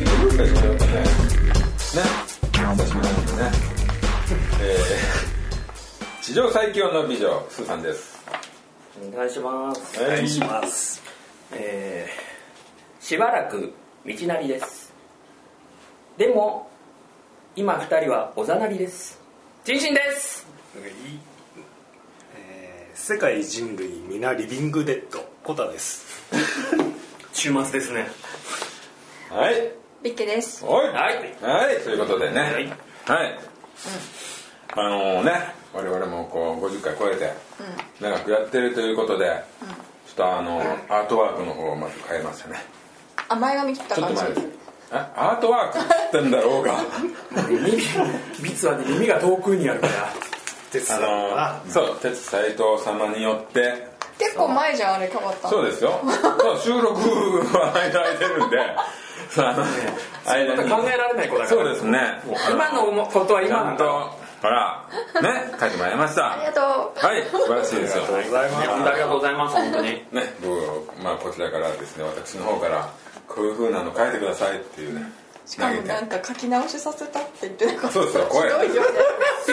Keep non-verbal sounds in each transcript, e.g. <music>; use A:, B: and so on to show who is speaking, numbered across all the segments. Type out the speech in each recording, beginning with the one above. A: 一個ずつで決めようかね。ね。久しぶりなんでね。えー、 <laughs> 地上最強の美女スーさんです。
B: お願いします。
A: はい
B: ます。えー、しばらく道なりです。でも、今二人はおざなりです。人身です
C: なんかいいえー世界人類皆リビングデッドコタです
B: 週末ですね。
A: はい。
D: ビッケです。
A: はい、
B: はい
A: はい、ということでね、はいい、あのね、我々もこう50回超えて長くやってるということで、ちょっとあのアートワークの方をまず変えましたね。
D: あ、前髪切った
A: ちょっ
D: 感
A: と前
D: じ。
A: です。あアートワークっつってんだろうが
B: 耳、実はね、耳が遠くにあるから。
C: ですが、
A: あのそう鉄斎藤様によって
D: 結構前じゃん、あれ、変わったの。
A: そうですよそう収録は間空いてるんでさあのね間に
B: 考えられない子だか
A: そう
B: ら。
A: ですね
B: 今のことは
A: ち
B: 今
A: ゃ
B: なんん
A: と
B: だ。
A: ほらね書いてもらいました
D: ありがと
A: はい、素晴らしいですよ。
C: ありがとうございます
B: ありがとうございます、本当に。
A: ね、僕はまあこちらからですね、私の方からこういう風なの書いてくださいっていうね。
D: う。しかも、なんか書き直しさせたって言ってなかった。
A: そうですよ怖い
D: ひどいよね。
B: 書いたら書い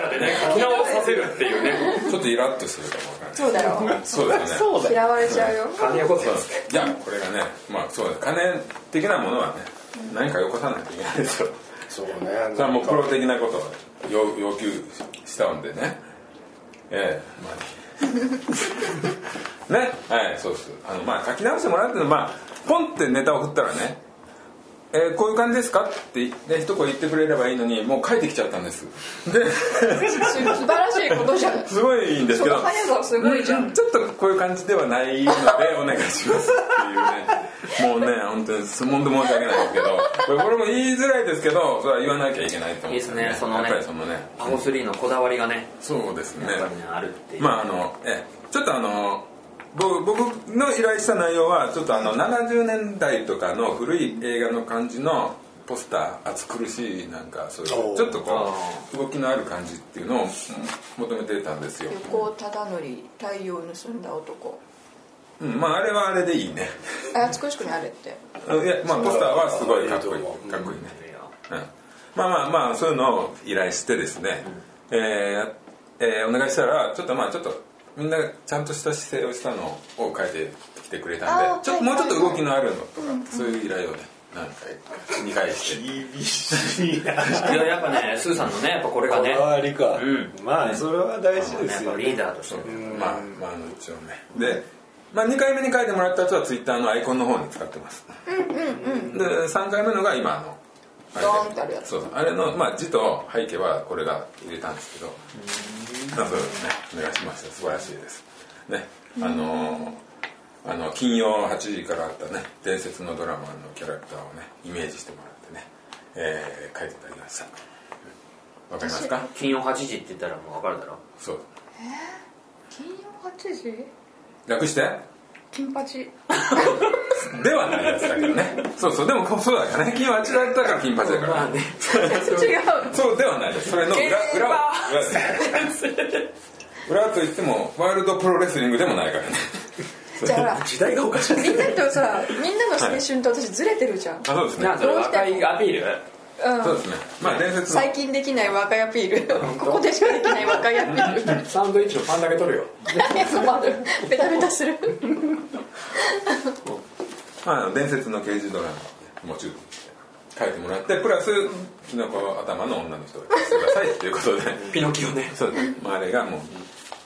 B: たでね、書き直させるっていうね。
A: ちょっとイラッとするかもわかんない。
D: そうだろ
A: そうだよね。
C: そうだよ
D: 嫌われちゃうよ。
B: 金子さん。
A: いや、これがね、まあそうだ、金的なものはね、何かよこさないといけないですよ。
C: そうね
A: それはもうプロ的なことを要要求したんでね。ええ、まあ。 <laughs> ね、はい、そうです。あの、まあ、書き直してもらうっていうのは、まあ、ポンってネタを振ったらね。えーこういう感じですかって、ね、一言言ってくれればいいのにもう書いてきちゃったんですで <laughs>
D: 素晴らしいことじゃん。
A: すごいいいんです
D: そ
A: け
D: の
A: ど
D: 速さすごいじゃん。
A: ちょっとこういう感じではないのでお願いしますっていうねもうね本当に質問で申し訳ないですけどこれこれも言いづらいですけどそれは言わなきゃいけないと思うんよ
B: いいですねそのね
A: やっぱりそのね
B: パゴ3のこだわりがね、
A: そうですね
B: やっぱりねあるっていう。
A: まああのええちょっとあのぼ僕の依頼した内容はちょっとあの70年代とかの古い映画の感じのポスター暑苦しいなんかそうい
C: お
A: う
C: ー
A: ちょっとこう動きのある感じっていうのをうん求めてたんですよ、
D: 横尾忠則、太陽を盗んだ男。
A: うん、まああれはあれでいいね
D: あ、美しくにあれって。
A: うんいやまあポスターはすごいかっこいい
C: いいと思う
A: かっこいいね、うんまあまあまあそういうのを依頼してですね、えーやえーお願いしたらちょっとまあちょっとみんなちゃんとした姿勢をしたのを書いてきてくれたん
D: あ
A: で
D: ー
A: ちょっとも
D: はいうは
A: ち
D: い
A: ょっと動きのあるのとか、そういう依頼をね何回か2回して
C: 厳し <laughs> いない
B: や、やっぱね、スーさんのね、やっぱこれ
C: こだ
B: がね、
C: わりか、
B: う
C: まあそれは大事で
B: やっ
C: す
B: ぱ
C: よ、ね、
B: リーダーとして
A: そうまあまあ一応ねで、まあ、2回目に書いてもらったやつはツイッターのアイコンの方に使ってますで3回目のが今あのれで
D: ドーンってあるやつ
A: そうあれの、まあ、字と背景はこれが入れたんですけどまあそうですねお願いしました素晴らしいですねあのーあの金曜8時からあったね伝説のドラマのキャラクターをねイメージしてもらってね、えー書いていただきましたわかりますか
B: 金曜8時って言ったらもう分かるだろ。
A: そう
D: 金曜8時
A: 略して
D: 金八。
A: ではないやつだけどねそうそうでもこうそうだからね金八だったから金八だから、
B: まあね、
D: 違う。
A: そうではないですそれの裏
D: ゲー
A: 裏は
D: バ
A: 裏です裏といってもワールドプロレスリングでもないからね
D: じゃあ、
B: 時代がおかしい。
D: みんなとさ、みんなの青春と私ずれてるじゃん。
A: あそうですね
B: なんかそれ若いアピール
A: そう
D: うん。
A: ですねまあ伝説の
D: 最近できない若いアピール。ここでしかできない若いアピール。
B: サンドイッチのパンだけ
D: <laughs>
B: 取るよ。
D: ベタベタする
A: まあ、伝説の刑事ドラマもちろん書いてもらってプラスキノコ頭の女の人を書いてくださいっていうことで
B: ピノキオね。
A: そうです、まあ、あれがも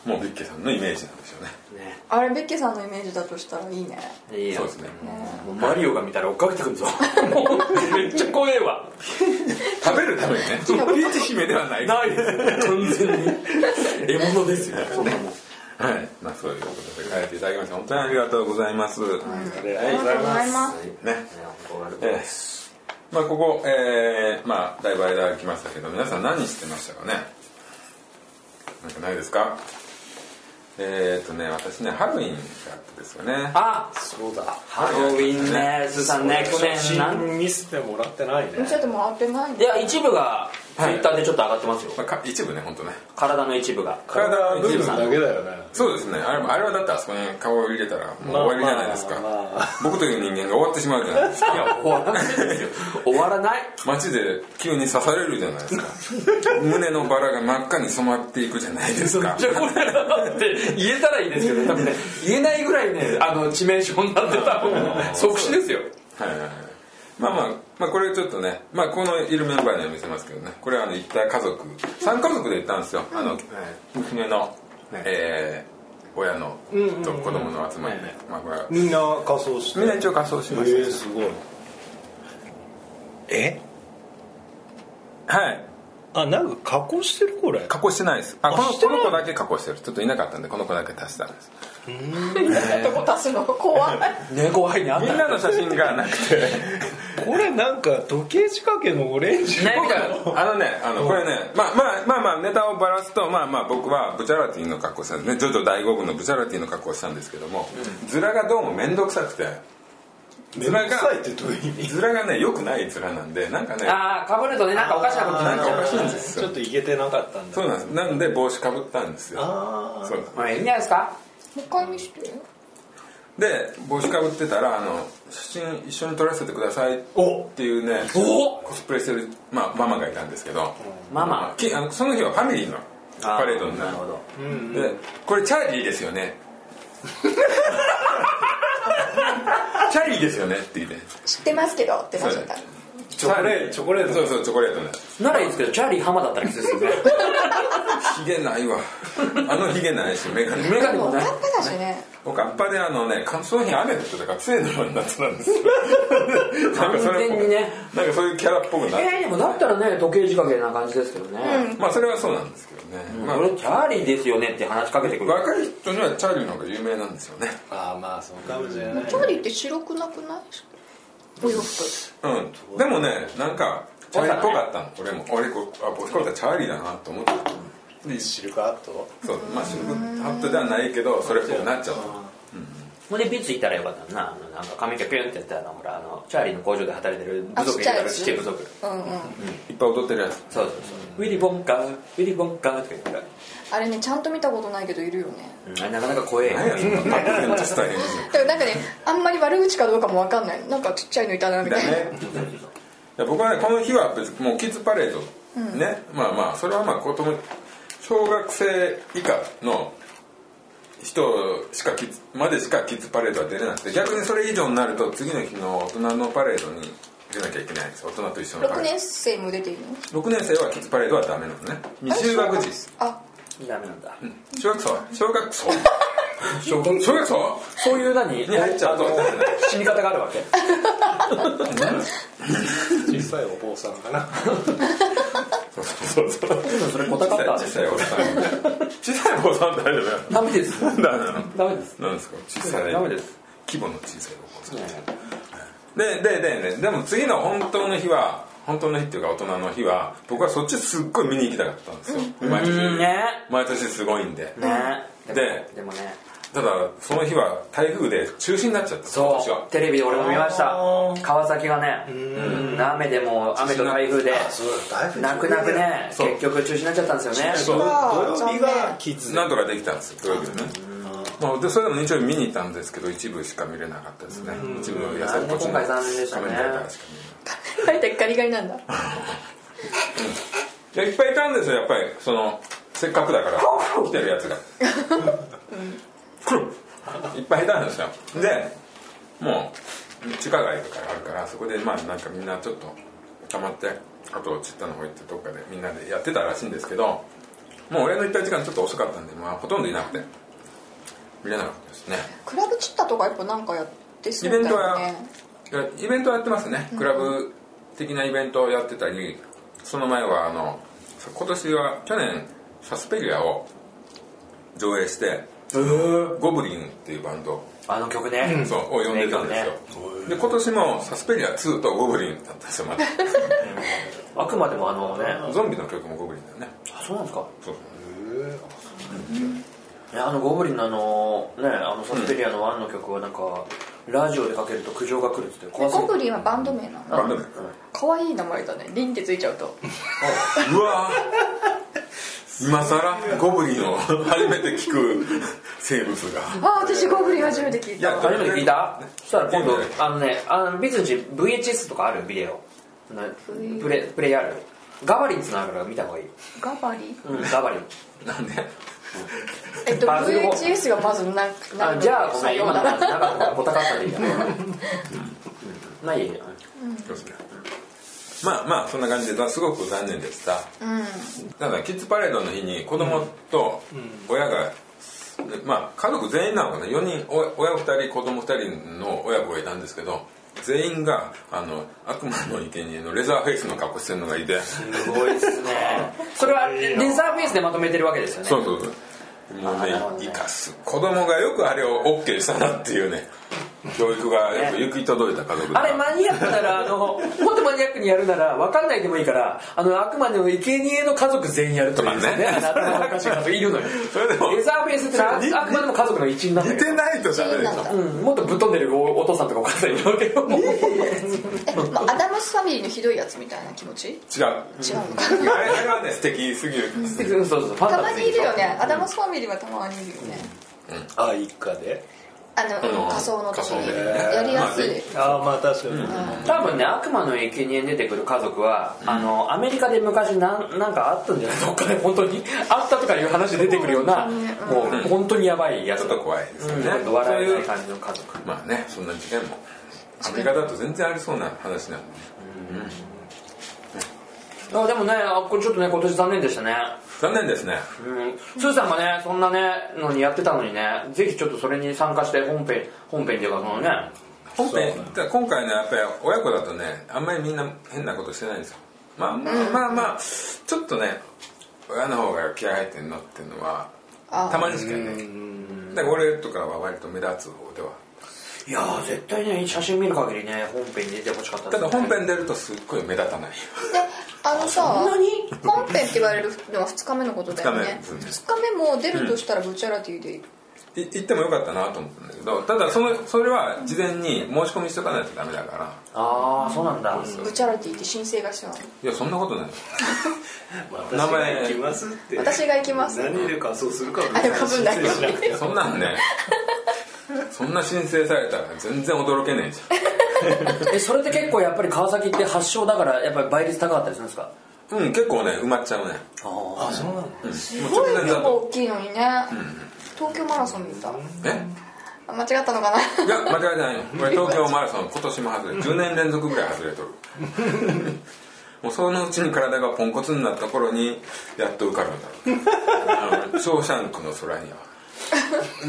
A: うもうビッケさんのイメージなんでしょうね
B: ね
D: あれベッケさんのイメージだとしたらいいね
B: いい
A: そう
B: よ
A: で。すね
B: もうマリオが見たら追っかけてくるぞ。もう <laughs> めっちゃ怖えわ。
A: 食べるためにねピーチ姫ではない
B: ないです。完全に。獲物ですよ。
A: はいまあそういうことで書いていただきまして本当にありがとうございます、
C: ありが
D: ありがとうございます
A: ね
B: ね本当悪くない
A: ええまあここえー、まあだいぶ間空きましたけど皆さん何してましたかねなんかないですかえー、っとね私ねハロウィンがあったですよね
E: あ
C: そうだ
E: ハロウィンねすさんね去
C: 写
E: 年なん
C: 真見せてもらってないね
D: ちょっともう会ってない
E: いや一部がツイッターでちょっと上がってますよ、
A: まあ、か一部ね本当ね
E: 体の一部が
A: 体の
C: 部
A: 一部
C: 分だけだよね
A: そうですねあれもあれはだってあそこに顔を入れたらもう終わりじゃないですか、
C: まあまあまあまあ
A: 僕という人間が終わってしまうじゃないですか
E: い
C: <laughs>
E: や終わらないですよ終わらない
A: 街で急に刺されるじゃないですか胸のバラが真っ赤に染まっていくじゃないですか
E: じゃあこれだって言えたらいいですけど多分ね言えないぐらいねあの致命傷になってた即死ですよ
A: はいはいはいまあまあ、まあ、これちょっとね、まあ、このいるメンバーには見せますけどねこれはあの行った家族3家族で行ったんですよあの、娘の、えー親のと子供の集まりで、まあ、これは
C: みんな仮装して
A: みんな一応仮装し
C: え
A: ました、
C: ー、すごい
F: え
A: はい
F: あなんか加工してるこれ
A: 加工してないですあこの
F: して
A: こ
F: ない
A: の子だけ加工してるちょっといなかったんでこの子だけ足したんです
D: <laughs> とこ足すの怖い
E: 猫愛にあっ
A: みんなの写真がなくて
F: これなんか時計仕掛けのオレンジ
E: ね
A: 僕は <laughs> あのねあのこれねまあまあまあまあネタをばらすとまあまあ僕はブチャラティの格好したんですねジョジョ第5部のブチャラティの格好をしたんですけどもズラがどうも面倒くさくて
C: 面倒くさいってどういう意味
A: ズラがね良くないズラなんでなんかね
E: ああかぶるとねなんかおかしなことに
A: な
E: な
A: ん
E: っ
A: か
E: ち
A: お
E: ゃ
A: か
E: う
A: しいんです
C: ちょ
A: よ
C: っといけてなかったんだ
A: そうなんですなんで帽子かぶったんですよ
C: ああ
A: そう
E: まあいいんじゃないですか
D: もう一回見して
A: で帽子かぶってたらあの写真一緒に撮らせてくださいっていうね
E: お
A: コスプレしてる、まあ、ママがいたんですけど
E: ママ
A: きあのその日はファミリーのパレードになる
E: なるほど
A: でこれチャーリーですよ <laughs> ねチャーリーですよねって言って
D: 知ってますけどってなっちゃった
A: チョコレートチョコレートそうそうチョコレートね
E: ならいいですけどチャーリー浜だったらきついですよね
A: ヒゲないわあのヒゲないしメガネ
E: メガネも
D: もう
E: ない
D: カッパだしね
A: おかっぱであのね乾燥品雨だったから杖のようになってたんです <laughs> よ <laughs> なんかそれっぽ
E: 完全
A: く
E: にね
A: なんかそういうキャラっぽくなっ
E: えー、でもだったらね時計仕掛けな感じですけどね、
A: まあそれはそうなんですけどね、まあ
E: 俺チャーリーですよねって話しかけてくる
A: 若い人にはチャーリーの方が有名なんですよね
C: あーまあそうかもしれない
D: チャーリーって白くなくないお洋服
A: うんでもねなんかチャーリーっぽかったの俺も俺こあ僕これチャーリーだなと思って
C: でシルクハット
A: そうまあシルクハットではないけどそれっぽくなっちゃった
E: ほんでビーツ行ったらよかったなあのなんか髪の毛ピュンってやったらほらあのチャーリーの工場で働いてる部族いるから
D: あ
E: ち
D: ち
E: っち
D: っち
E: ゃ
D: ゃ
E: い
D: い
E: 部族
D: うんうん
A: いっぱい踊ってるやつ
E: そうそうそう、ウィリボンカーウィリボンカーって言ったら、
D: あれねちゃんと見たことないけどいるよね
E: うん、あれなかなか怖えよ
A: 何やそんなパッケンとしたい
D: だからなんかねあんまり悪口かどうかもわかんないなんかちっちゃいのいたなみた
A: だ
D: いな
A: <laughs> ねいや僕はねこの日は別にもうキッズパレード、ねまあまあそれはまあ子供小学生以下の人しかキッズまでしかキッズパレードは出れなくて逆にそれ以上になると次の日の大人のパレードに出なきゃいけないんですよ大人と一緒のパ
D: 6
A: レー
D: 年生も出ているの
A: ド 6, 年生はキッズパレードはダメなのね未就学児です
D: あ
E: ダメなんだ、
A: 小学生は小学生小学小学生は
E: そういう何
A: に入っちゃうと
E: あの死に方があ
A: <laughs>
E: るわけ
C: 小さいお坊さんかな
A: そうそう
E: それ小高かっ
A: 小
E: た
A: さいおっさん小さいお坊さん大丈夫よ
E: ダメです
A: ダメなの
E: ダメです
A: なんですか小さい
E: ダメです
A: 規模の小さいお子さんでででででも次の本当の日は本当の日っていうか大人の日は僕はそっちすっごい見に行きたかったんですよ毎
E: うん
A: 年
E: ね
A: 毎年すごいんで
E: ね
A: で
E: でもね
A: ただその日は台風で中止になっちゃった今
E: そ
A: 年は
E: うテレビで俺も見ました川崎がねうん雨でも雨と台風で
C: そうだだいぶ
E: 泣く泣くね
A: そう
E: 結局中止になっちゃったんですよね
C: 土曜日がキッズ
A: なんとかできたんですよ土曜日はねまあ、でそれでも日曜日見に行ったんですけど一部しか見れなかったですね一部の野菜こっちの
E: 今回残念でしたね
A: 仮面ライダーしか見れなかった
D: 大体ガリガリなんだ
A: いやいっぱいいたんですよやっぱりそのせっかくだから来てるやつが来るいっぱいいたんですよでもう地下街とかあるからそこでまあなんかみんなちょっと溜まってあとちったの方行ってどっかでみんなでやってたらしいんですけどもう俺の行った時間ちょっと遅かったんで、まあ、ほとんどいなくて見れなかったですね
D: クラブチッタとかやっぱなんかやってそ
A: イ
D: う
A: ベン
D: だ
A: ト
D: よ
A: は
D: ね
A: いやイベントはやってますねクラブ的なイベントをやってたりその前はあの今年は去年サスペリアを上映してゴブリンっていうバンド
E: あの曲ね
A: そうを読んでたんですよ
E: 名、
A: で今年もサスペリア2とゴブリンだったんですよまだ
E: あくまでもあのねあ
A: ゾンビの曲もゴブリンだよね
E: そうなんですか
A: そう
E: いやあのゴブリンのあのねあのサスペリアのワンの曲はなんかラジオでかけると苦情が来るって言って怖すぎ
D: ゴ
E: る
D: ブリンはバンド名なの
A: バンド名
D: 可愛い名前だねリンってついちゃうと
A: うわー今さらゴブリンを初めて聞く生物が <laughs>
D: ああ私ゴブリン初めて聞いた
A: いや
D: わ
E: 初めて聞いたそしたら今
A: いいね
E: 度あのねあのビズンチ VHS とかあるビデオなプレプレイあるガバリンつながるから見た方がいい、
D: ガバリン
E: うん、ガバリン
A: なんで
D: えっと
E: バズる方
D: VHS がまずなくな
E: あ
D: る
E: じゃあごめん
D: よ
E: 今
D: う
E: の
D: だ
E: 話な
D: な
E: かったからポタカッタ
D: <laughs>
E: でいいやないや
A: そうですねまあまあそんな感じでだすごく残念でした
D: うん
A: ただキッズパレードの日に子供と親が、でまあ家族全員なのかな4人お親2人子供2人の親子がいたんですけど全員があの悪魔の生贄のレザーフェイスの格好してるのがいて
E: すごいですね <laughs> それはレザーフェイスでまとめてるわけですよね
A: そうそうそうもうね生かす子供がよくあれを OK したなっていうね教育がやっぱ行き届いた家族だ
E: <laughs> あれマニアックならあのもっとマニアックにやるなら分かんないでもいいからあのあくまでも生贄の家族全員やるとかね
A: とかね
E: 頭のおかしい家族いるのよ
A: それでも
E: レザーフェイスってのはああくまでも家族の一員なんだ
A: 似
E: け
A: てないとダメでし
D: いいん
A: ょ
D: だ
E: ど、うん、もっとぶっ飛んでるおお父さんとかお母さんいるわけよもう
D: え、まあ、アダムスファミリーのひどいやつみたいな気持ち違
A: 違う
D: うのか
E: <laughs>
A: あれあれはね素敵すぎる
E: そうそうそうファン
D: た
E: タ
D: ま
E: ジー
D: にいるよねアダムスファミリーはたまにいるよね
C: ああ一家で
D: あの
A: うん
D: 仮想の時
A: 仮想
D: に
A: で
D: やりやすい
C: ああまあ確かに、
E: 多分ね悪魔の生贄に出てくる家族は、あのアメリカで昔なんなんかあったんじゃないどっかで本当にあったとかいう話で出てくるような、もう本当にヤバいや
A: ちょ
E: つ
A: っと怖いですよ
E: うん
A: ね、
E: なんか
A: そう
E: 笑え
A: い
E: ないう感じの家族
A: まあねそんな事件もアメリカだと全然ありそうな話なんで
E: あでもねあこれちょっとね今年残念でしたね
A: 残念ですね
E: うんスーさんがねそんなねのにやってたのにねぜひちょっとそれに参加して本編本編っていうかそのね
A: 本編だ今回ねやっぱり親子だとねあんまりみんな変なことしてないんですよまあ、まあまあちょっとね親の方が気合入ってんのっていうのは
D: あー
A: たまにしかいないだから俺とかは割と目立つ方ではい
E: やー絶対ね写真見る限りね本編に出てほしかったで
A: た
E: す
A: だ
E: ね
A: 本編出るとすっごい目立たない
D: であのさ
E: そんなに
D: 本編って言われるのは2日目のことだよね
A: 二日目です
D: 2日目も出るとしたらブチャラティでいい
A: い行ってもよかったなと思ったんだけどただそのそれは事前に申し込みしとかないとダメだから
E: ああそうなんだ
D: ブチャラティって申請が必要なの
A: いやそんなことない
C: 私が行きますって
D: 私が行きます
C: 何で仮装するか
D: あれかぶんない
C: 申請しなくて
A: いやそんなんねそんな申請されたら全然驚けねえじ
E: えそれで結構やっぱり川崎って発祥だからやっぱり倍率高かったりするんですか
A: ゃんうん結構ね埋まっちゃうね
C: あそうなんだ
D: すごい量大きいのにね東京マラソン見た
A: え
D: あ間違ったのかない
A: や間違いないよ俺東京マラソン今年も外れ10年連続ぐらい外れとるもうそのうちに体がポンコツになった頃にやっと受かるんだろうあのショーシャンクの空には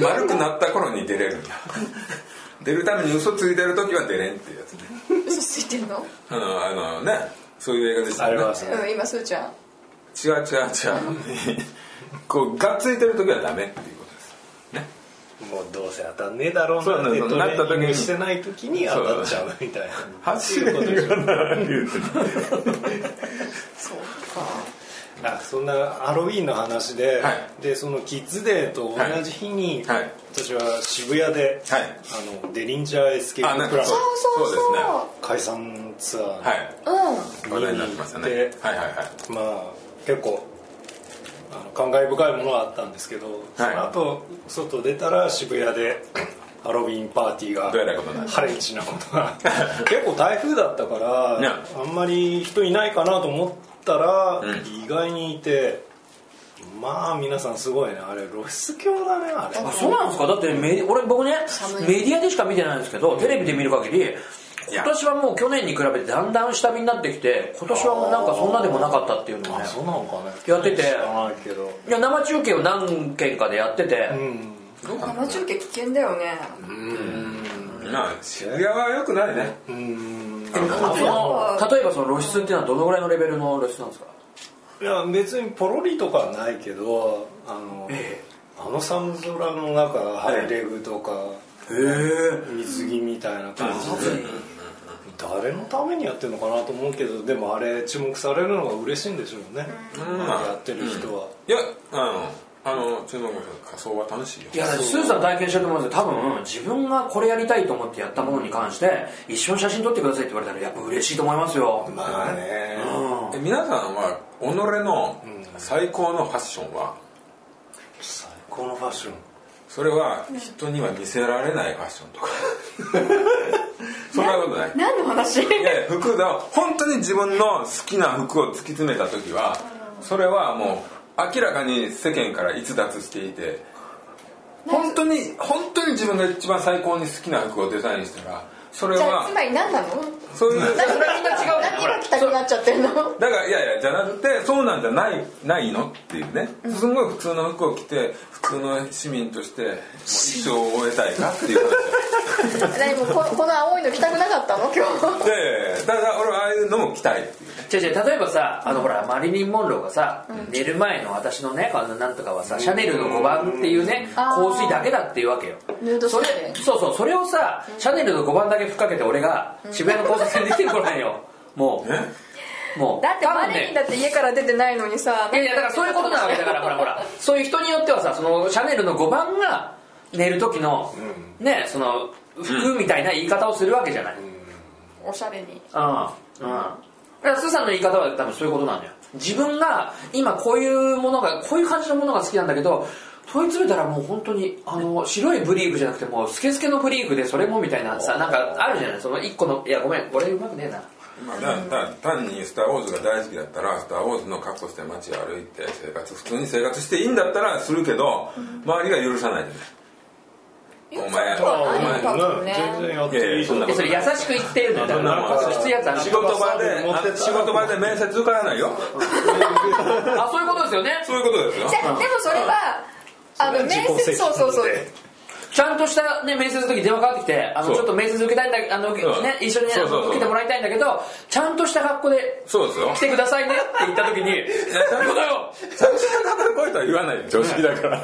A: 丸くなった頃に出れるんや出るために嘘ついてる時は出れんっていうやつね
D: 嘘ついてんの
A: あのあのねそういう映画でした
C: あ
A: よ
C: れ
A: ね
C: はさ
D: うん今すーちゃん
A: 違う違う違うこうがっついてる時はダメっていうことですね
C: もうどうせ当たんねえだろう
A: そう
C: な
A: な
C: っ
A: ん
C: て
A: です
C: トレ
A: なった
C: ー
A: 時
C: ニング
A: に
C: してない時に当たっちゃうみたいな
A: 走ることがない
D: そうか
C: あそんなハロウィンの話で、
A: は
C: でそのキッズデーと同じ日に、
A: はいはい
C: 私は渋谷で、
A: はい
C: あのデリンジャーエスケーププラン
D: そうそうそう
C: 解散ツア
A: は
C: ー
A: い
D: うん
A: 話題になってましたねはい
C: で
A: はいはい
C: に、まあ結構あの感慨深いものはあったんですけど、その後外出たら渋谷でハロウィンパーティーが
A: どうやらいことになる
C: ハレンチなことが結構台風だったから、
A: ね
C: あんまり人いないかなと思ったら、
A: ん
C: 意外にいてまあ皆さんすごいねあれ露出狂だねあれ
E: あそうなんですかだってメディ俺僕ね
D: 寒い
E: メディアでしか見てないんですけどテレビで見る限り今年はもう去年に比べてだんだん下火になってきて今年はもうなんかそんなでもなかったっていうのを
C: あ
E: ね
C: そうなのかね
E: やってて
C: 知らないけど
E: いや生中継を何件かでやってて、
C: うん
D: 生中継危険だよね
A: まあ渋谷はよくないね
C: うん
E: あその例えばその露出っていうのはどのぐらいのレベルの露出なんですか
C: いや別にポロリとかはないけどあの、あの寒空の中ハイレグとか、
A: え
C: 水着みたいな感じで誰のためにやってるのかなと思うけどでもあれ注目されるのが嬉しいんでしょうね、やってる人は、
A: いやあのあの中国の仮装は楽しいよ
E: いやだってスーさん体験してると思うんですけど多分自分がこれやりたいと思ってやったものに関して一緒に写真撮ってくださいって言われたらやっぱ嬉しいと思いますよ
A: まあねえ皆さんは己の最高のファッションは
C: 最高のファッション
A: それは人には見せられないファッションとかそんなことない
D: 何の話
A: いやいや服だ本当に自分の好きな服を突き詰めた時はそれはもう明らかに世間から逸脱していて本当に本当に自分が一番最高に好きな服をデザインしたらそれ
D: じゃあ
A: は
D: つまり何なの
A: そういう
D: 何が何が着たくなっちゃってるの
A: だからいやいやじゃなくてそうなんじゃないないのっていうねすごい普通の服を着て普通の市民としてもう一生を終えたいかっていう話
D: <laughs> 何もここの青いの着たくなかったの今日
A: でだから俺はああいうのも着たいっていうね
E: 違う違う例えばさあのほらマリリン・モンローがさ、寝る前の私のねあのなんとかはさ、シャネルの5番っていうね
D: あー
E: 香水だけだっていうわけよ
D: ヌードシ
E: そ
D: ャ
E: れ
D: ネル
E: そうそうそれをさ、シャネルの5番だけふっかけて俺が渋谷の交差点で来てこないよもうもう
D: だって
E: 多
D: マ
E: 分
D: リリン
E: ね
D: だって家から出てないのにさ
E: いやいやだからそういうことなわけだからほらほらそういう人によってはさそのシャネルの5番が寝る時の、ねその服みたいな言い方をするわけじゃない、
D: おしゃれに
E: ああ、うん。だからスーさんの言い方は多分そういうことなんだよ。自分が今こういうものが、こういう感じのものが好きなんだけど、問い詰めたらもう本当に、あの、白いブリーフじゃなくてもうスケスケのブリーフでそれもみたいなさ、なんかあるじゃないその一個の、いやごめん、これうまくねえな。
A: まあだだ単に「スター・ウォーズ」が大好きだったら「スター・ウォーズ」の格好して街を歩いて生活普通に生活していいんだったらするけど周りが許さないじゃないお前
D: あ
A: お前
D: そうだね
C: 全然やっていいと思
E: いや、それ優しく言ってるんだよ。だからきついやつある
A: 仕事場で
C: 持ってた
A: あ仕事場で面接受からないよ
E: あ、そういうことですよね。
A: そういうことですよ
D: じゃあでもそれはあの面接そうそうそう
E: ちゃんとした、ね、面接の時電話かかってきて、あ
A: そ
E: の、
A: う
E: ちょっと面接受けたいんだけど、あの、
A: うん
E: ね、一緒にね、
A: そうそうそう
E: 受けてもらいたいんだけど、ちゃんとした格好で
A: そうですよ
E: 来てくださいねって言っ
A: <laughs>
E: た時に、何もだよ
A: 最初の格好で来いとは言わないよ常識だから <laughs>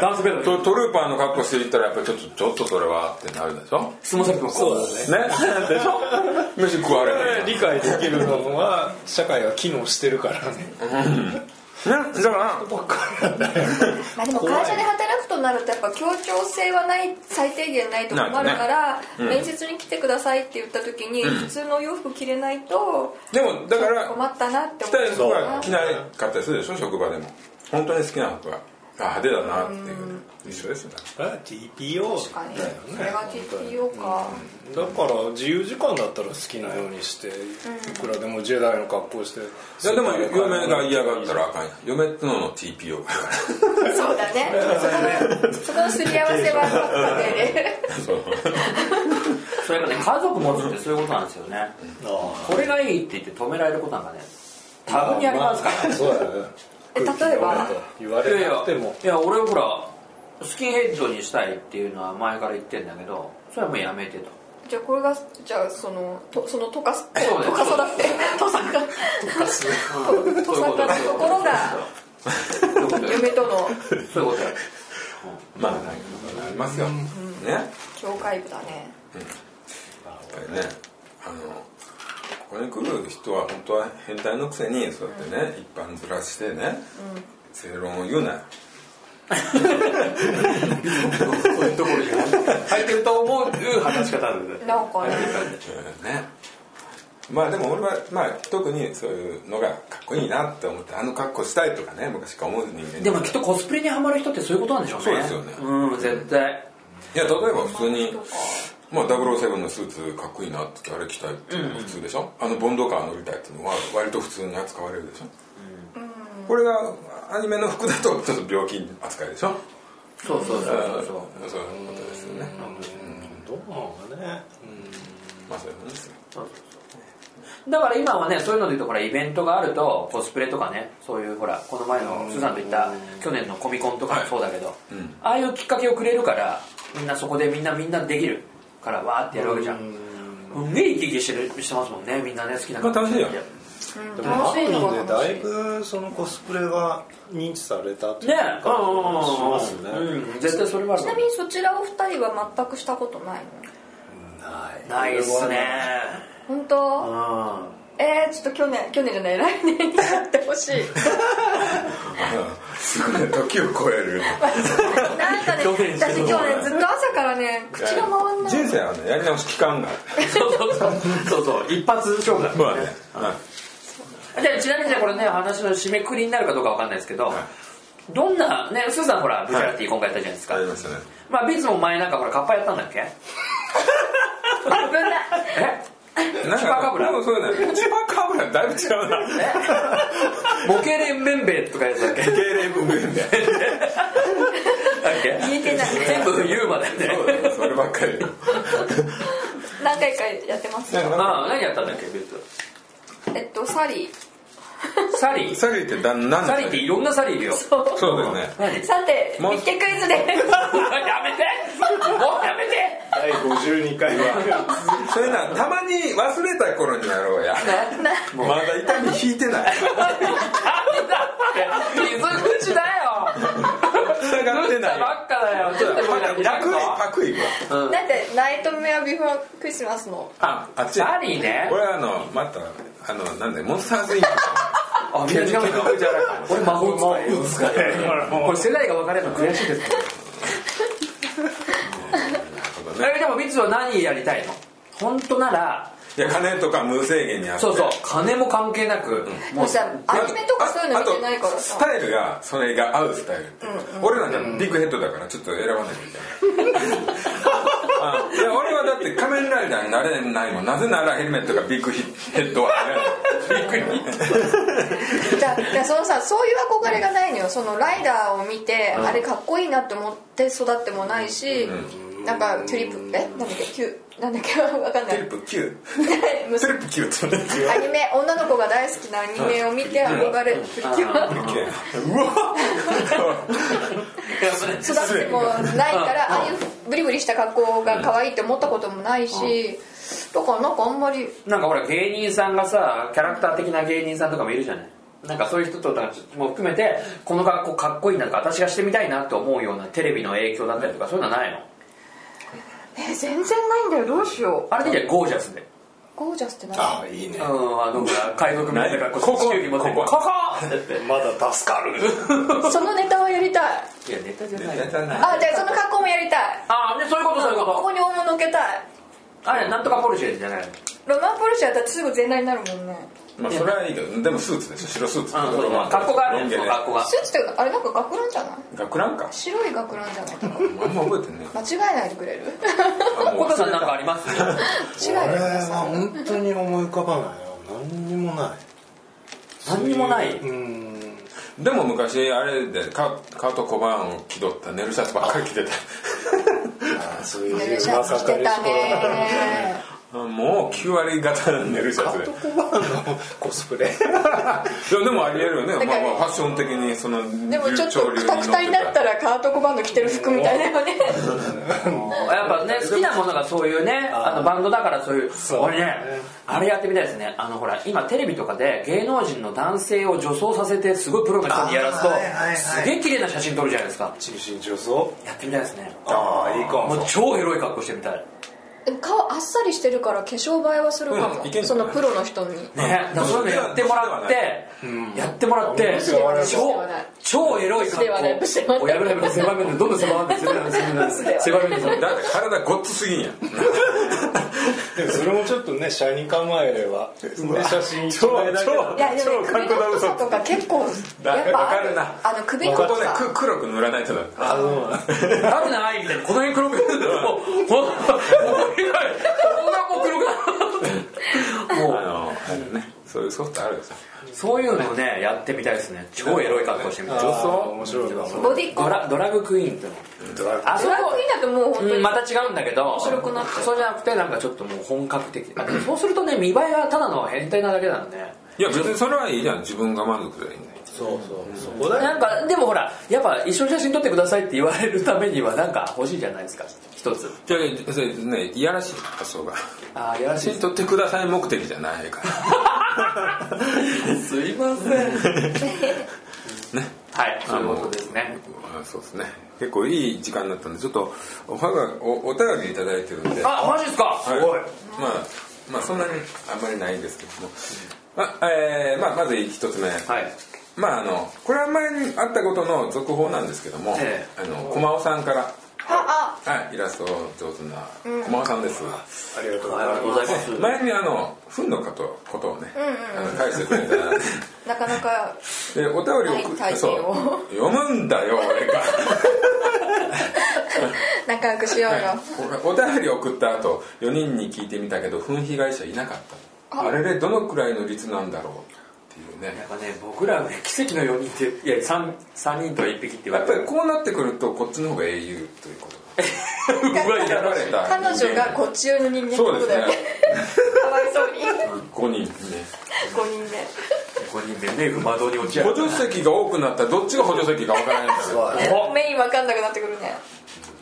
E: ダンスベル
A: トトルーパーの格好していったらやっぱりちょっとちょっとそれはってなるでしょ
E: スモサキもこうだね
A: ね <laughs> でしょ飯食われてる
C: 理解できるのは社会が機能してるからね
A: ねだから
C: ばっかりなんだよ
D: まあでも会社で働くとなるとやっぱ協調性はない最低限ないと困るから、面接に来てくださいって言った時に、普通のお洋服着れないと
A: でもだから
D: 困ったなって
A: 着
D: 思
A: たい
D: っ
A: 服が着ないかったりするでしょ職場でも本当に好きな服があ派手だなっていうね一緒ですよね
C: あ TPO
D: たかねそれが TPO か、
C: だから自由時間だったら好きなようにしていくらでもジェダイの格好して
A: いやでも嫁が嫌がったらあかんやん嫁ってのの TPO だか
D: そうだねそこのそこのすり合わせは家庭で
A: らそう
E: それがね家族持つってそういうことなんですよね
C: あ
E: これがいいって言って止められることなんかね多分にありますから、
C: あそうだよね
D: え例えば
C: 言わ
E: い
C: れ
E: やい
C: なくても
E: やいや俺ほらスキンヘッドにしたいっていうのは前から言ってんだけどそれはもうやめてと
D: じゃあこれがじゃあそのとそのとかすと
E: そうだよ
D: かそだってとさかとと
E: そうい
D: さ
E: うこと
D: かのところが
E: そういうことよ
D: 夢との
E: そういうことよ
A: <laughs> まあありますよねやっ
D: 境界部だね
A: ぱりねあのここに来る人は本当は変態のくせにそうやってね一般ずらしてね正論を言うなよ
E: そういうところじゃない入ってると思う話し方なんで
D: なんかね
A: うんねまあでも俺は、まあ、特にそういうのがかっこいいなって思ってあの格好したいとかね昔から思う人間
E: でもきっとコスプレにハマる人ってそういうことなんでしょうね
A: そうですよね
E: うん絶対
A: いや例えば普通に、まあ、007のスーツかっこいいなってあれ着たいっていうのが普通でしょ、あのボンドカー乗りたいっていうのは割と普通に扱われるでしょ、これがアニメの服だとちょっと病気扱いでしょ
E: そうそうそうそう
A: そう
E: そう
A: いうことですよね、
C: どうなのかね
A: まあそういうことですよ
E: だから今はねそういうのでいうとほらイベントがあるとコスプレとかねそういうほらこの前のスーさんと言った去年のコミコンとかもそうだけど、ああいうきっかけをくれるからみんなそこでみんなみんなできるからわーってやるわけじゃんすんげえ生き生きしてるしてますもんねみんなね好きな
A: まあ楽しいよ
E: や
D: うん
C: でもハ
D: 楽し
C: ッ
D: い
C: ピ
D: のが
C: ーで
D: 楽
C: だ
D: し
C: い
D: い
C: ぶそのコスプレが認知されたという
E: ね
C: 感じがしますね、
E: うんうんうん絶対それはある
D: ちなみにそちらお二人は全くしたことないの
C: はい
E: ないっすね
D: 本
E: う
D: 当
E: ん
D: えー、ちょっと去年去年じゃない来年にやってほしい
A: すごい時を超える
D: なんかね
E: 去年
D: 私去年ずっと朝からね口が回んない
A: 人生はねやり直し期間がある
E: そうそうそうそうそう一発勝負だ
A: そうだねはい
E: でちなみにねこれね話の締めくくりになるかどうかわかんないですけど、どんなねスーさんほらブチャラティ今回やったじゃないですか、
A: ありましたね
E: まあビーツも前なんかほらカッパやったんだっけ
D: 危ない
E: え
A: なん
E: チュパカブラ
A: そうそうだねチュパカブラだいぶ違うな
E: ボケレンベンベとかやつだっけだっ
A: 敬礼文面で
E: け
D: 言えてない
E: 全部ユーマだよね
A: そうだねそればっか <laughs> り
D: 何回かやってますよ
E: ああ何やったんだっけビーツ
D: えっとサリー
E: サリー
A: サリーってだ何なん
E: サリーっていろんなサリーいるよ
A: そうだよね
E: 何 <laughs> やめて
D: さて
A: もう
D: 日記クイズです
E: もうやめて
C: 第52回は
A: そういうのはたまに忘れた頃にやろう
D: <laughs>
A: やまだ痛み引いてない
E: 水口だよ
A: 塞がってない
E: ばっかだよちょっとこれ
A: パ
E: 開く
A: クイ
E: わ
A: パクイは
D: だってナイトメアビフォークリスマスの
A: ああっち
E: サリーね
A: 俺はあのまたあのなんだよモンスターズインク
E: あみんな違うんだ
A: じゃなかっ
E: 俺魔法使いよこれ世代が分かれるの悔しいです
A: たね
E: えでもビッツは何やりたいの本当なら
A: いや金とか無制限にあって
E: そうそう金も関係なく
D: もうさアニメとかそういうの見てないから
A: あとス
D: さ
A: タイルがそれが合うスタイルっていうか、俺なんかビッグヘッドだからちょっと選ばなきゃい
D: <laughs>
A: けないあいや俺はだって仮面ライダーになれないもんなぜならヘルメットがビッグヒヘッドはねビッグに
D: だだからそのさそういう憧れがないのよそのライダーを見て、あれかっこいいなって思って育ってもないし、なんかチュリップえなんだっけキュなんだっけ <laughs> わかんな
A: トリッ
D: い
A: プ
D: <laughs>
A: Q トリ
D: 娘
A: ップ Q って言うんだよ
D: アニメ女の子が大好きなアニメを見て憧れプリキュア
A: うわ
D: 育ってもないからああいうブリブリした格好が可愛いって思ったこともないしだからなんかあんまり
E: なんかほら芸人さんがさキャラクター的な芸人さんとかもいるじゃないなんかそういう人とかも含めてこの学校かっこいいなとか私がしてみたいなと思うようなテレビの影響だったりとかそういうのはないの
D: え全然ないんだよどうしよ
E: あれでいいじゃんゴージャスで
D: うゴージャスって何
C: あいいね
E: うんあの海賊みたいな格好して地球儀持ってここって言っ
C: まだ助かる
D: そのネタはやりたい
E: ていやネタじゃない
A: やったな
D: あじゃあその格好もやりたい
E: ああねそういうことそういうこ
D: ここに大物受けたい
E: とあれなんとかポルシェじゃないの
D: ロマンポルシェだったらすぐ全裸になるもんね
A: まあそれはいいけどでもスーツでしょ白スーツ
E: うんそうまあ格好があるんですよ格好が
D: スーツってあれなんか学ランじゃない
A: 学ランか
D: 白い学ランじゃない
A: あんま覚えてんね
D: 間違えないでくれる
A: あもう
E: コトさんなんかあります
D: 違
C: 俺
D: えないでくだ
C: は
D: さい
C: 本当に思い浮かばないよ何にもない
E: 何にもない
C: うん
A: でも昔あれでカカート・コバーンを気取ったネルシャツばっかり着てた
C: あそうい
D: 寝る
C: う
D: シャ
C: ま
D: ツ
C: さ
D: 着
C: か
D: て
C: り
D: た
C: しこ
D: ね
A: あもう9割方寝るシャツ <laughs> で
C: どこまでのコスプレ
A: いやでもありえるよね、
D: だ
A: ま
D: か
A: あ、
D: ら
A: まあファッション的にその
D: でもちょっと
A: 潮流
D: クタクタになったらカートコバンド着てる服みたいだよね
E: やっぱね好きなものがそういうねあのバンドだからそういう
C: う
E: 俺ねあれやってみたいですねあのほら今テレビとかで芸能人の男性を女装させてすごいプロの人にやらすと
C: あーはいはいはい
E: すげえ綺麗な写真撮るじゃないですか
C: 中心女装
E: やってみたいですね
C: ああいいか
E: もう
C: も
E: 超エロい格好してみたい
D: でも顔あっさりしてるから化粧映えはするか
A: うんい
D: も、
A: けんじゃない
D: そのプロの人に
E: ねだからそういうのやってもらってやってもらって
C: ではない
E: 超超エロい格
D: ではない
E: 好
D: ではない
E: おやめなやめな狭い目でどんどん狭めて狭めて狭めて狭めて
A: だって体ごっつすぎんやん
C: でもそれもちょっとね社に構えればで写真一枚だけだ
D: いやでもね首の太さとか結構
A: だ
D: やっぱあ
A: わかるな
D: あの首の
A: こ
D: 太
A: こね
D: さ
A: く黒く塗らないとだ
C: あの
E: あるな愛みたいなこの辺黒くなるもうほんとこんなもう黒くなるも
A: あのあのねそういうソフトあるんですよ
E: うそういうのをねやってみたいですね超エロい格好してみたい
C: 女装面白いな
D: ボディコ
E: ド
D: ン
E: ラドラッグクイーンっての
C: ドラ
E: あ
D: ドラッグクイーンだともう本当
E: うん
D: に
E: また違うんだけど面
D: 白くなっちゃう
E: そうじゃなくてなんかちょっともう本格的あでもそうするとね見栄えはただの変態なだけなんで
A: いや別にそれはいいじゃん自分が満足でいいんだよ
C: そうそうそこだよ
E: なんかでもほらやっぱ一緒に写真撮ってくださいって言われるためにはなんか欲しいじゃないですか一つ
A: じゃあそれねいやらしい発想が
E: ああやらし
A: 写
E: い
A: 真撮ってください目的じゃないから
E: すいませんはいそういうことですね
A: あそうですね結構いい時間になったんでちょっとおはがおお便りいただいてるんで
E: あマジですか、
A: はい、まあまあそんなにあんまりないんですけども、まあえーまあ、まず一つ目、
E: はい
A: まああのこれは前にあったことの続報なんですけども、
E: え
A: あの駒尾さんから、
D: あ
A: はい、イラスト上手な駒尾さんです、
C: ありがとうござい
E: ありがとうございます
A: 前にあの糞のことことをね、あの返してくれた
D: あなかなか
A: でお便りを送っ
D: はい体験
A: そう
D: を
A: 読むんだ
D: <laughs>
A: よ俺が
D: 仲良くしようよ、
A: はい <laughs> お便りを送った後4人に聞いてみたけど糞被害者いなかったあれれどのくらいの率なんだろうっていう
E: や
A: ね
E: っぱね僕らはね奇跡の4人っていや 3, 三人と1匹って言わ
A: やっ
E: れ
A: ぱ
E: て
A: り
E: る
A: こうなってくるとこっちの方が英雄ということ
D: <laughs>
E: うわいやらしい
A: 選ばれた
D: 彼女がこっち寄りの人間ってこ
A: そう
D: と
A: です
D: だよ
A: ね
D: ねかわい
A: <laughs>
D: そうに
A: 5人ね
D: 5人で
E: 5人でね不窓に落ち合
A: 補
E: う
A: 助席が多くなったらどっちが補助席か分からないんだよ
C: ます
D: メインわかんなくなってくるね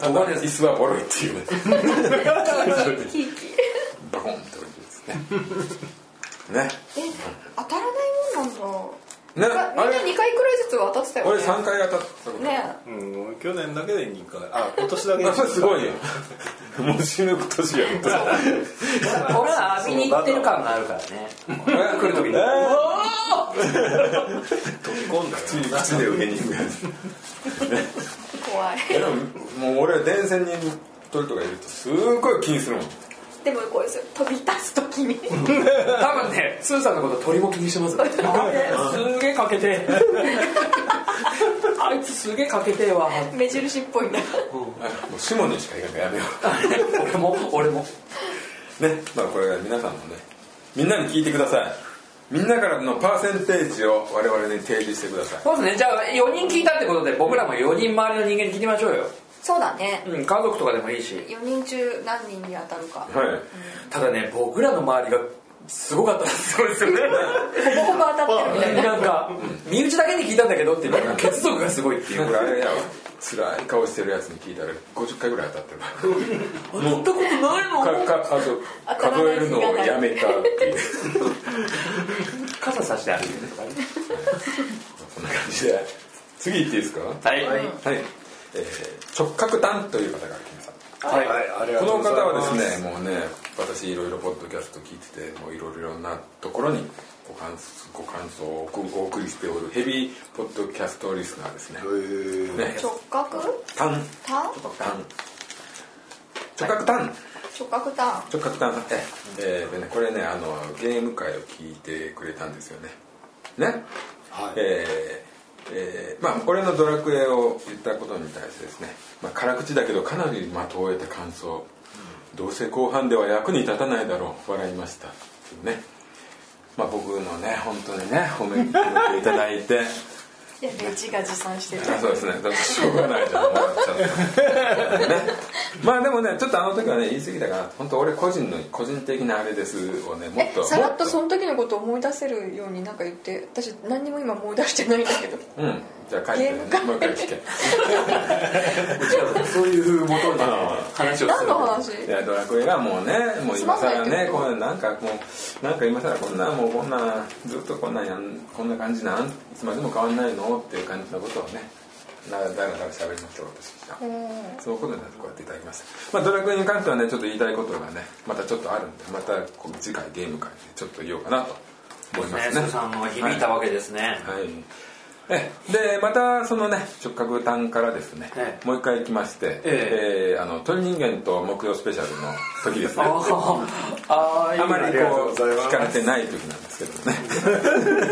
A: ただ椅子はボロいっていうね
D: キーキー
A: バコンって置いてですね
D: <laughs>
A: ね
D: え当たらないもん
A: ね
D: なんだ
A: あ
D: みんな
A: れ
D: 2回くらいずつは当たってたよ
A: 俺
D: ね
A: 3回当たったこと
D: ね
C: うん去年だけで2回あ今年だけで
A: あそれすごいよもう死ぬ年やんと
E: <laughs> 俺は浴びに行ってる感があるからね
A: 来る時に
C: 今度口に
A: 口で上に行くや
D: 怖い
A: つでももう俺は電線に鳥とかいるとすごい気にするもん
D: でもこうですよ飛び出すと
A: <laughs>
D: きに
E: 多分ねスーさんのこと鳥も気にしてますねすげえかけ <laughs> てあいつすげえかけてわ
D: 目印っぽいな
A: あもうシモにしか行かないやめよ
E: 俺も俺も
A: うねまあこれが皆さんもねみんなに聞いてくださいみんなからのパーセンテージを我々に提示してください
E: そうですねじゃあ4人聞いたってことで僕らも4人周りの人間に聞いてみましょうよ、
D: そうだね
E: うん、家族とかでもいいし
D: 4人中何人に当たるか
A: はい
E: ただね僕らの周りがすごかったらすごいですよ <laughs> ね
D: ほぼほぼ当たってる
A: <laughs>
D: みたいな
E: なんか身内だけに聞いたんだけどっていうのが血族がすごいっていう
A: これあれやわ辛い顔してるやつに聞いたら50回ぐらい当たってる
E: 行ったことないの
A: かか数数えるのをやめたっていう
E: 傘さして歩いてるとかね
A: こんな感じで次行っていいですかは
E: はいはい
A: い、えー直角炭という方が来ました
C: はいありが
A: こと
C: う
A: の
C: ござい
A: 方
C: ます
A: はですねもうね私いろいろポッドキャスト聞いててもういろいろなところにご感ご感想をおお送りしておるヘビーポッドキャストリスナーですね
C: へ
A: ね
D: 直角
A: 炭
D: タン
A: 炭直角炭、
D: 直角タン
A: 直角炭ええーでねこれねあのゲーム会を聞いてくれたんですよねね、
C: はい
A: えーえーまあ俺の「ドラクエ」を言ったことに対してですね、まあ、辛口だけどかなり的を得た感想、どうせ後半では役に立たないだろう笑いましたっていうねまあ僕もね本当にね褒めていただいて
D: いやレジが持参してる
A: あそうですねだってしょうがないじゃん笑っちゃった、ね、まあでもねちょっとあの時はね言い過ぎたから本当俺個人の個人的なあれですをねもっ
D: え
A: と
D: さらっと
A: も
D: その時のことを思い出せるようになんか言って私何にも今思い出してないんだけど
A: うんじゃあ帰って、
D: ゲーム会
A: もう一回
D: <laughs>
A: 聞け
E: そういう元に話をす
D: 何
E: る
D: の話
A: いやドラクエがもうねもう今更ねこんななんかもうなんか今更こんなもうこんなずっとこんなんやんこんな感じなんいつまでも変わんないのっていう感じのことをねだらだらだら喋りました私
D: うん
A: そういうことになってこうやっていただきました、まあ、ドラクエに関してはねちょっと言いたいことがねまたちょっとあるんでまたこう次回ゲーム会でちょっと言おうかなと思いま
E: ね
A: す
E: ス
A: ね
E: ーさんも響いたわけですね、
A: はい、えでまたそのね直角単からですね、
E: ええ
A: もう一回来まして、
E: え
A: えーあの鳥人間と木曜スペシャルの時ですね
E: あーあー
A: あまり
C: ありがとう
A: こう
C: ございます
A: 聞かれてない時なんですけどね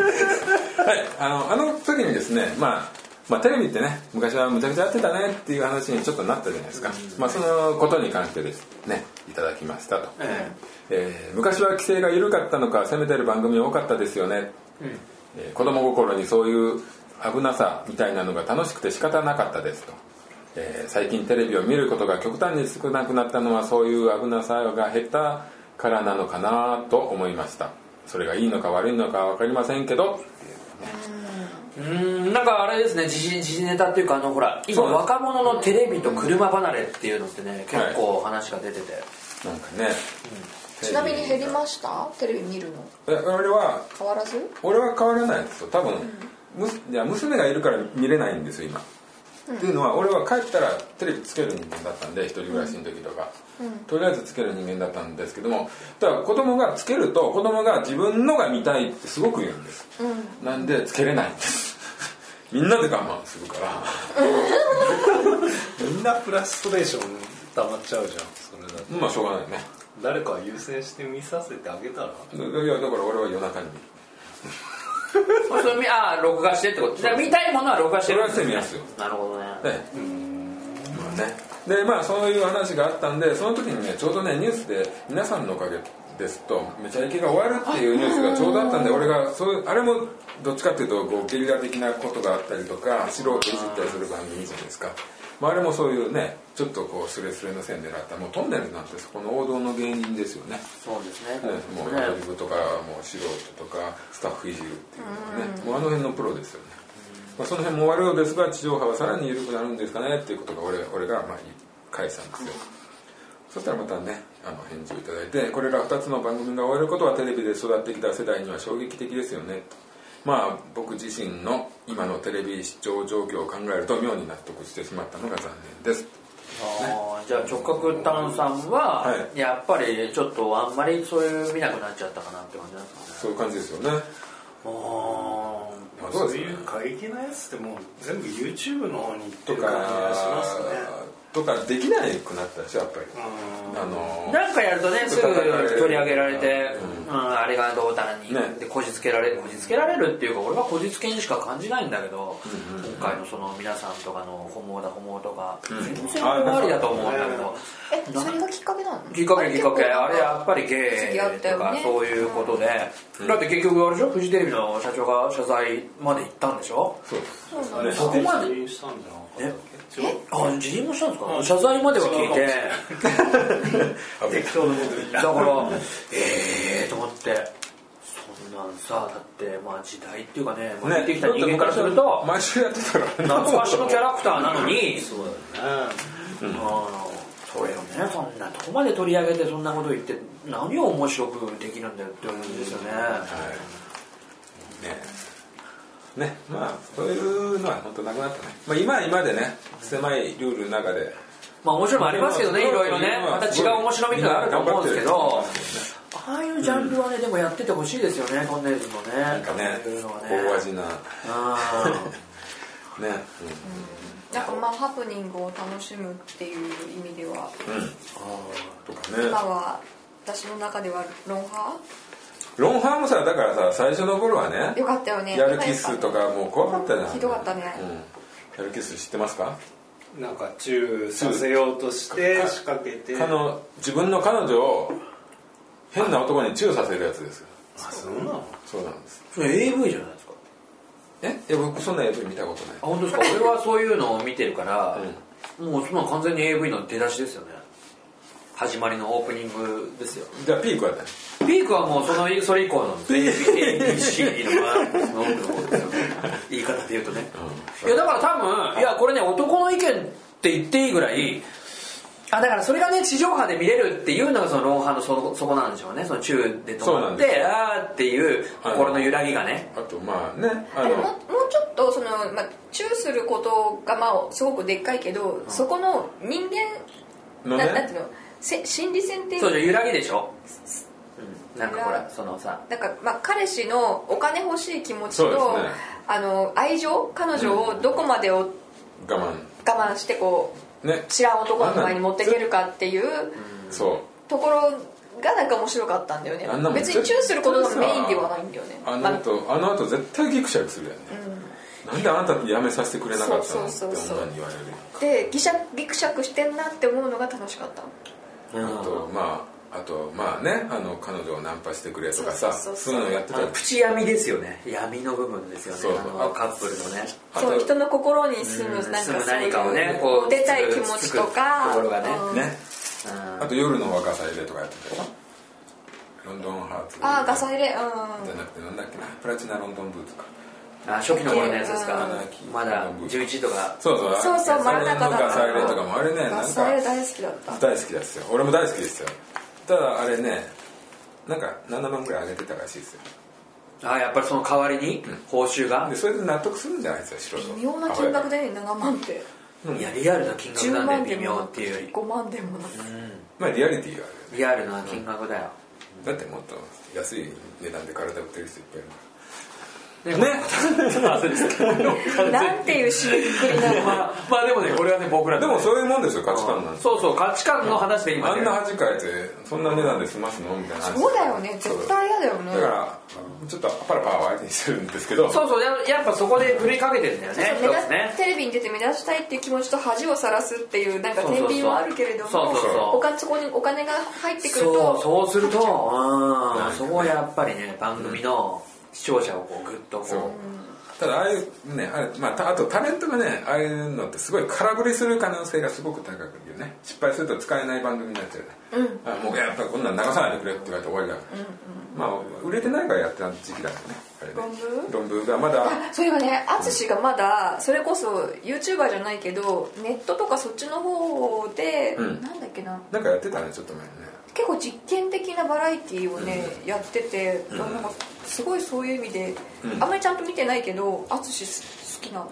A: はいあのあの時にですね、まあ、まあテレビってね昔はむちゃくちゃやってたねっていう話にちょっとなったじゃないですか、まあ、そのことに関してですねいただきましたと、
E: え
A: えー昔は規制が緩かったのか攻めてる番組多かったですよね、えー子供心にそういう危なさみたいなのが楽しくて仕方なかったですと、えー最近テレビを見ることが極端に少なくなったのはそういう危なさが減ったからなのかなと思いましたそれがいいのか悪いのか分かりませんけど
E: えうーんなんかあれですね時事時事ネタっていうかあのほら今
A: そうなんです
E: 若者のテレビと車離れっていうのってね結構話が出てて、
A: なんかね、
D: ちなみに減りましたテレビ見るの
A: え俺は
D: 変わらず
A: 俺は変わらないですよ多分、むすいや娘がいるから見れないんですよ今、っていうのは俺は帰ったらテレビつける人間だったんで一人暮らしの時とか、とりあえずつける人間だったんですけどもただ子供がつけると子供が自分のが見たいってすごく言うんです、なんでつけれないんです <laughs> みんなで我慢するから
C: みんなフラストレーション溜まっちゃうじゃんそれだと
A: まあしょうがないよね
C: 誰か優先して見させてあげたら
A: いやだから俺は夜中に見る
E: そうそれ見あー録画してってことじゃあ見たいものは録画して
A: それ
E: る
A: はしてみますよ
E: なるほどね
A: ええまあねでまあそういう話があったんでその時にねちょうどねニュースで「皆さんのおかげです」と「めちゃイケが終わる」っていうニュースがちょうどあったんで俺がそういうあれもどっちかっていうとこうゲリラ的なことがあったりとか素人をいじったりする番組じゃないですか、まあ、あれもそういうねちょっとこうスレスレの線でなったもうトンネルなんてそこの王道の芸人ですよね
E: そうですね
A: ねもうアドリブとかもう素人とかスタッフいじるっていうのはね、もうあの辺のプロですよね、まあ、その辺も終わるようですが地上波はさらに緩くなるんですかねっていうことが俺俺がまあ返したんですよ、そしたらまたねあの返事をいただいてこれら2つの番組が終わることはテレビで育ってきた世代には衝撃的ですよねとまあ僕自身の今のテレビ視聴状況を考えると妙に納得してしまったのが残念です
E: あーじゃあ直角炭さんは
A: は
E: やっぱりちょっとあんまりそういう見なくなっちゃったかなって感じなんですかね
A: そういう感じですよね
C: あ
A: まあ
C: あ
A: そう
C: そう
A: ですね
C: いう過激なやつってもう全部 YouTube の方に行って
A: と
C: る
A: か
C: 感じがしますね
A: とかできなくなったでしょやっぱりあの
E: なんかやるとねすぐ取り上げられて、うんあれがどうたらに、
A: ね
E: でこじつけられるこじつけられるっていうか俺はこじつけにしか感じないんだけど、今回のその皆さんとかの「ホモだホモ」とか、全然ありだと思うんだけど、
D: えそれがきっかけなの
E: きっかけきっかけあれやっぱ
D: り
E: りゲ
D: 付き合っ
E: イ
D: た
E: と
D: よ
E: か
D: ね
E: そういうことで、だって結局あれでしょフジテレビの社長が謝罪まで行ったんでしょ
A: そう
D: そうなんだ
A: ね
E: そこまで
C: 辞任したんじゃなかったっけ違う
E: あ辞任もしたんですか、謝罪までは聞いて
C: 適当なこと言っ
E: だからええー、と思ってそんなんさだってまあ時代っていうかねまあ生きてきた人間からすると
A: 毎週やってたからね
E: 懐かしのキャラクターなのに
C: そうだね
E: あのそれをねそんなとこまで取り上げてそんなこと言って何を面白くできるんだよって思うんですよね
A: はいねねまあそういうのは本当なくなったね、まあ、今は今でね狭いルールの中で
E: まあ面白いもありますけどねいろいろね
A: まあ
E: また違う面白みがあると思うんですけどああいうジャンルはね、でもやっててほしいですよねトンネルズもね
A: なんかね
E: そういうのはね
A: 大味なね、
E: <laughs> うん
D: なんかまあハプニングを楽しむっていう意味では
A: うんうん、とかね
D: 今は私の中ではロンハ
A: ロンハーもさだからさ最初の頃はね
D: ーよかったよね
A: やるキッスとかもう怖かったじゃん
D: ひどかったね
A: うん、やるキッス知ってますか
C: なんかチューさせようとして仕掛けて
A: 彼女自分の彼女を変な男にチューさせるやつですよ
C: あそうなの
A: そうなんです
E: それ AV じゃないですか
A: えいや僕そんな AV 見たことない
E: あ本当 <laughs> ですか俺はそういうのを見てるから、もうそんなの完全に AV の出だしですよね始まりのオープニングですよ
A: じゃあピークはね
E: ピークはもうそのそれ以降なん <laughs> ですよ ABCD のまあその奥の方ですよね言い方で言うとね、いやだから多分いやこれね男の意見って言っていいぐらいあだからそれがね地上波で見れるっていうのがそのロンハーのそのそこなんでしょうねその中で止
A: そうな
E: ま
A: ん
E: っ
A: です
E: てあーっていう心の揺らぎがね
A: あとまあねあ
D: でもも
A: の
D: うちょっとその、まあ、チューすることがまあすごくでっかいけど、そこの人間
A: の
D: ななんて
A: ね
D: いうのせ心理戦ってい
E: そう
D: う
E: じゃん揺らぎでしょ、うん、なんかほ
D: 揺
E: ら
D: ら
E: そのさ
D: なんか、まあ、彼氏のお金欲しい気持ちと、
A: そうですね
D: あの愛情彼女をどこまでを
A: 我
D: 我慢してこ
A: 慢ね
D: う知らん男の前に持っていけるかっていう
A: そう
D: ところがなんか面白かったんだよね
A: あんなもん
D: 別にチューすることが
A: 絶
D: メ
A: 対
D: イ
A: さ
D: ンではないんだよね
A: あ
D: ま
A: の
D: あ
A: 後、あ、の後絶対ギクシャクするよね、なんであなたやめさせてくれなかったのって
D: そうそうそうそう
A: 女に言われる
D: でギシャギクシャクしてんなって思うのが楽しかった
A: あとまああとまあねあの彼女をナンパしてくれとかさ
D: そうそうそう
A: そういうのやってた
E: あ
A: ら
E: のプチ闇ですよね闇の部分ですよね
A: そうそう
E: あのカップルのね
A: あ
D: そう人
A: と
D: の心に住むなんかそう
E: 住む
D: い
E: 何かをね
D: う
E: こう
D: 出たい気持ちとか
E: つくつくところがね
D: うん
A: ねあと夜の若さ入れとかやってたでしょロンドンハーツ
D: ああガサ入れうん
A: じゃなくてなんだっけなプラチナロンドンブーツか
B: あ初期の頃のやつですか
A: うん
B: まだ11とか
A: そうそう
D: そうそう真ん中だった
A: ガサ入れとかもあれねなん
D: ガ
A: か
D: サレ大好きだった
A: 大好きですよ俺も大好きですよただあれねなんか7万ぐらい上げてたらしいですよ
E: あやっぱりその代わりに報酬が
A: でそれで納得するんじゃないですか素人
D: 微妙な金額でね7万って
E: いやリアルな金額
D: 10
E: な
D: 万
E: んで
D: で
E: 微
D: も
E: 妙
D: な
E: っていうより
D: 5万でもなく
A: まあリアリティがあるよね
E: リアルな金額だよ
A: だってもっと安い値段で体売ってる人いっぱいいるか
D: なんていう締めくくりなの
E: <laughs> まあ <laughs> まあでもねこれはね僕ら
A: らで
E: の
A: もそういうもんですよ価値観なんて
E: そうそう価値観の話で今
A: あ
E: ね
A: んな恥かいてそんな値段で済ますのみたいな話
D: そうだよね絶対嫌だよね
A: だからちょっとパラパラは相手にしてるんですけど
E: そうそうややっぱそこで振りかけてんだよね
D: 目
E: そう
D: 立
E: ですね
D: テレビに出て目立ちたいっていう気持ちと恥をさらすっていうなんか天秤はあるけれども
E: そうそうそう
D: おかそこにお金が入ってくる
E: そ
D: と
E: うそうするとうんそこはやっぱりね番組の視聴者をこうグッと
A: そう
E: こ
A: ただああいうねあれ、まあ、たあとタレントがねああいうのってすごい空振りする可能性がすごく高くてね失敗すると使えない番組になっちゃうね、あもうやっぱこんなん流さないでくれって言われて終わりだから、まあ売れてないからやってた時期だからねあれね論文がまだ
D: そういえばね淳がまだそれこそ YouTuber じゃないけどネットとかそっちの方で、
A: うん
D: なんだっけな
A: なんかやってたねちょっと前にね
D: 結構実験的なバラエティーをね、やってて、なんかすごいそういう意味で、あんまりちゃんと見てないけど淳好きなの
E: う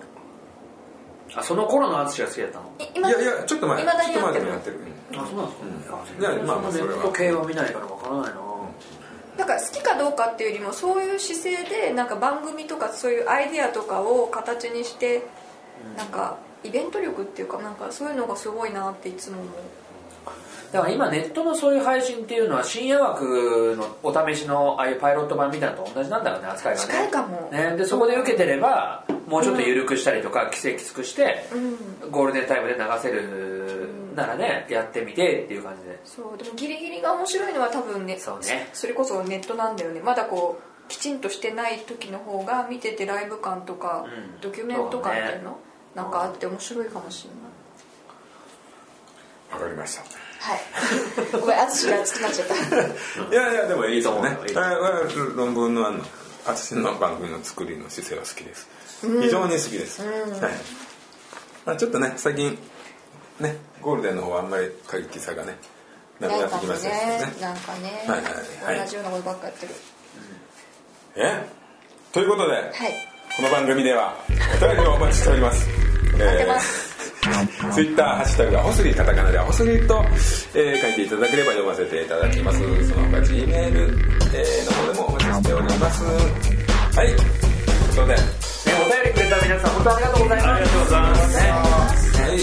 E: あその頃の淳が好きだったの
D: い今
A: いやいやちょっと前
D: 未だ
A: ちょ
D: に
A: っと
D: や
A: 前
D: って
A: でも
D: る
A: やってる、
E: あそうなんですか、
A: うんいやまあまあそれは
E: ネット系は見ないからわからないな、
D: なんか好きかどうかっていうよりもそういう姿勢でなんか番組とかそういうアイディアとかを形にして、なんかイベント力っていうかなんかそういうのがすごいなっていつも思う
E: だから今ネットのそういう配信っていうのは深夜枠のお試しのああいうパイロット版みたいなのと同じなんだろうね扱いがね
D: 近いかも
E: ね、でそこで受けてればもうちょっと緩くしたりとか規制きつくして、ゴールデンタイムで流せるならねやってみてっていう感じで
D: そうでもギリギリが面白いのは多分ね
E: そうね
D: それこそネットなんだよねまだこうきちんとしてない時の方が見ててライブ感とか、
E: うん
D: ドキュメント感っていう
E: そう
D: のなんかあって面白いかもしれない
A: わかりました
D: はい <laughs> ごめん淳が熱くなっちゃっ
A: <laughs>
D: た
A: いやいやでもいいと思うね
E: いいと
A: ああ論文のあの私の番組の作りの姿勢は好きです非常に好きです、はいまあ、ちょっとね最近ねゴールデンの方はあんまり過激さがねなくなってきましたけどね
D: なんかね
A: はいはいはい
D: 同じようなことばっかやってる
A: えということで、
D: はい
A: この番組ではお便りをお待ちしております
D: 待ってま
A: ツイッターハッシュタグはホスリーカタカナではホスリーと、えー書いていただければ読ませていただきますその他 G メール、えーの方でもお待ちしておりますはいということで
E: ね、お便りくれた皆さん本当ありがとうございますありがとうございます、ね、
A: はい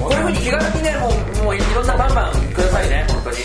E: こういうふうに気軽にねもうもういろんなバンバンくださいね本当に <laughs> <laughs>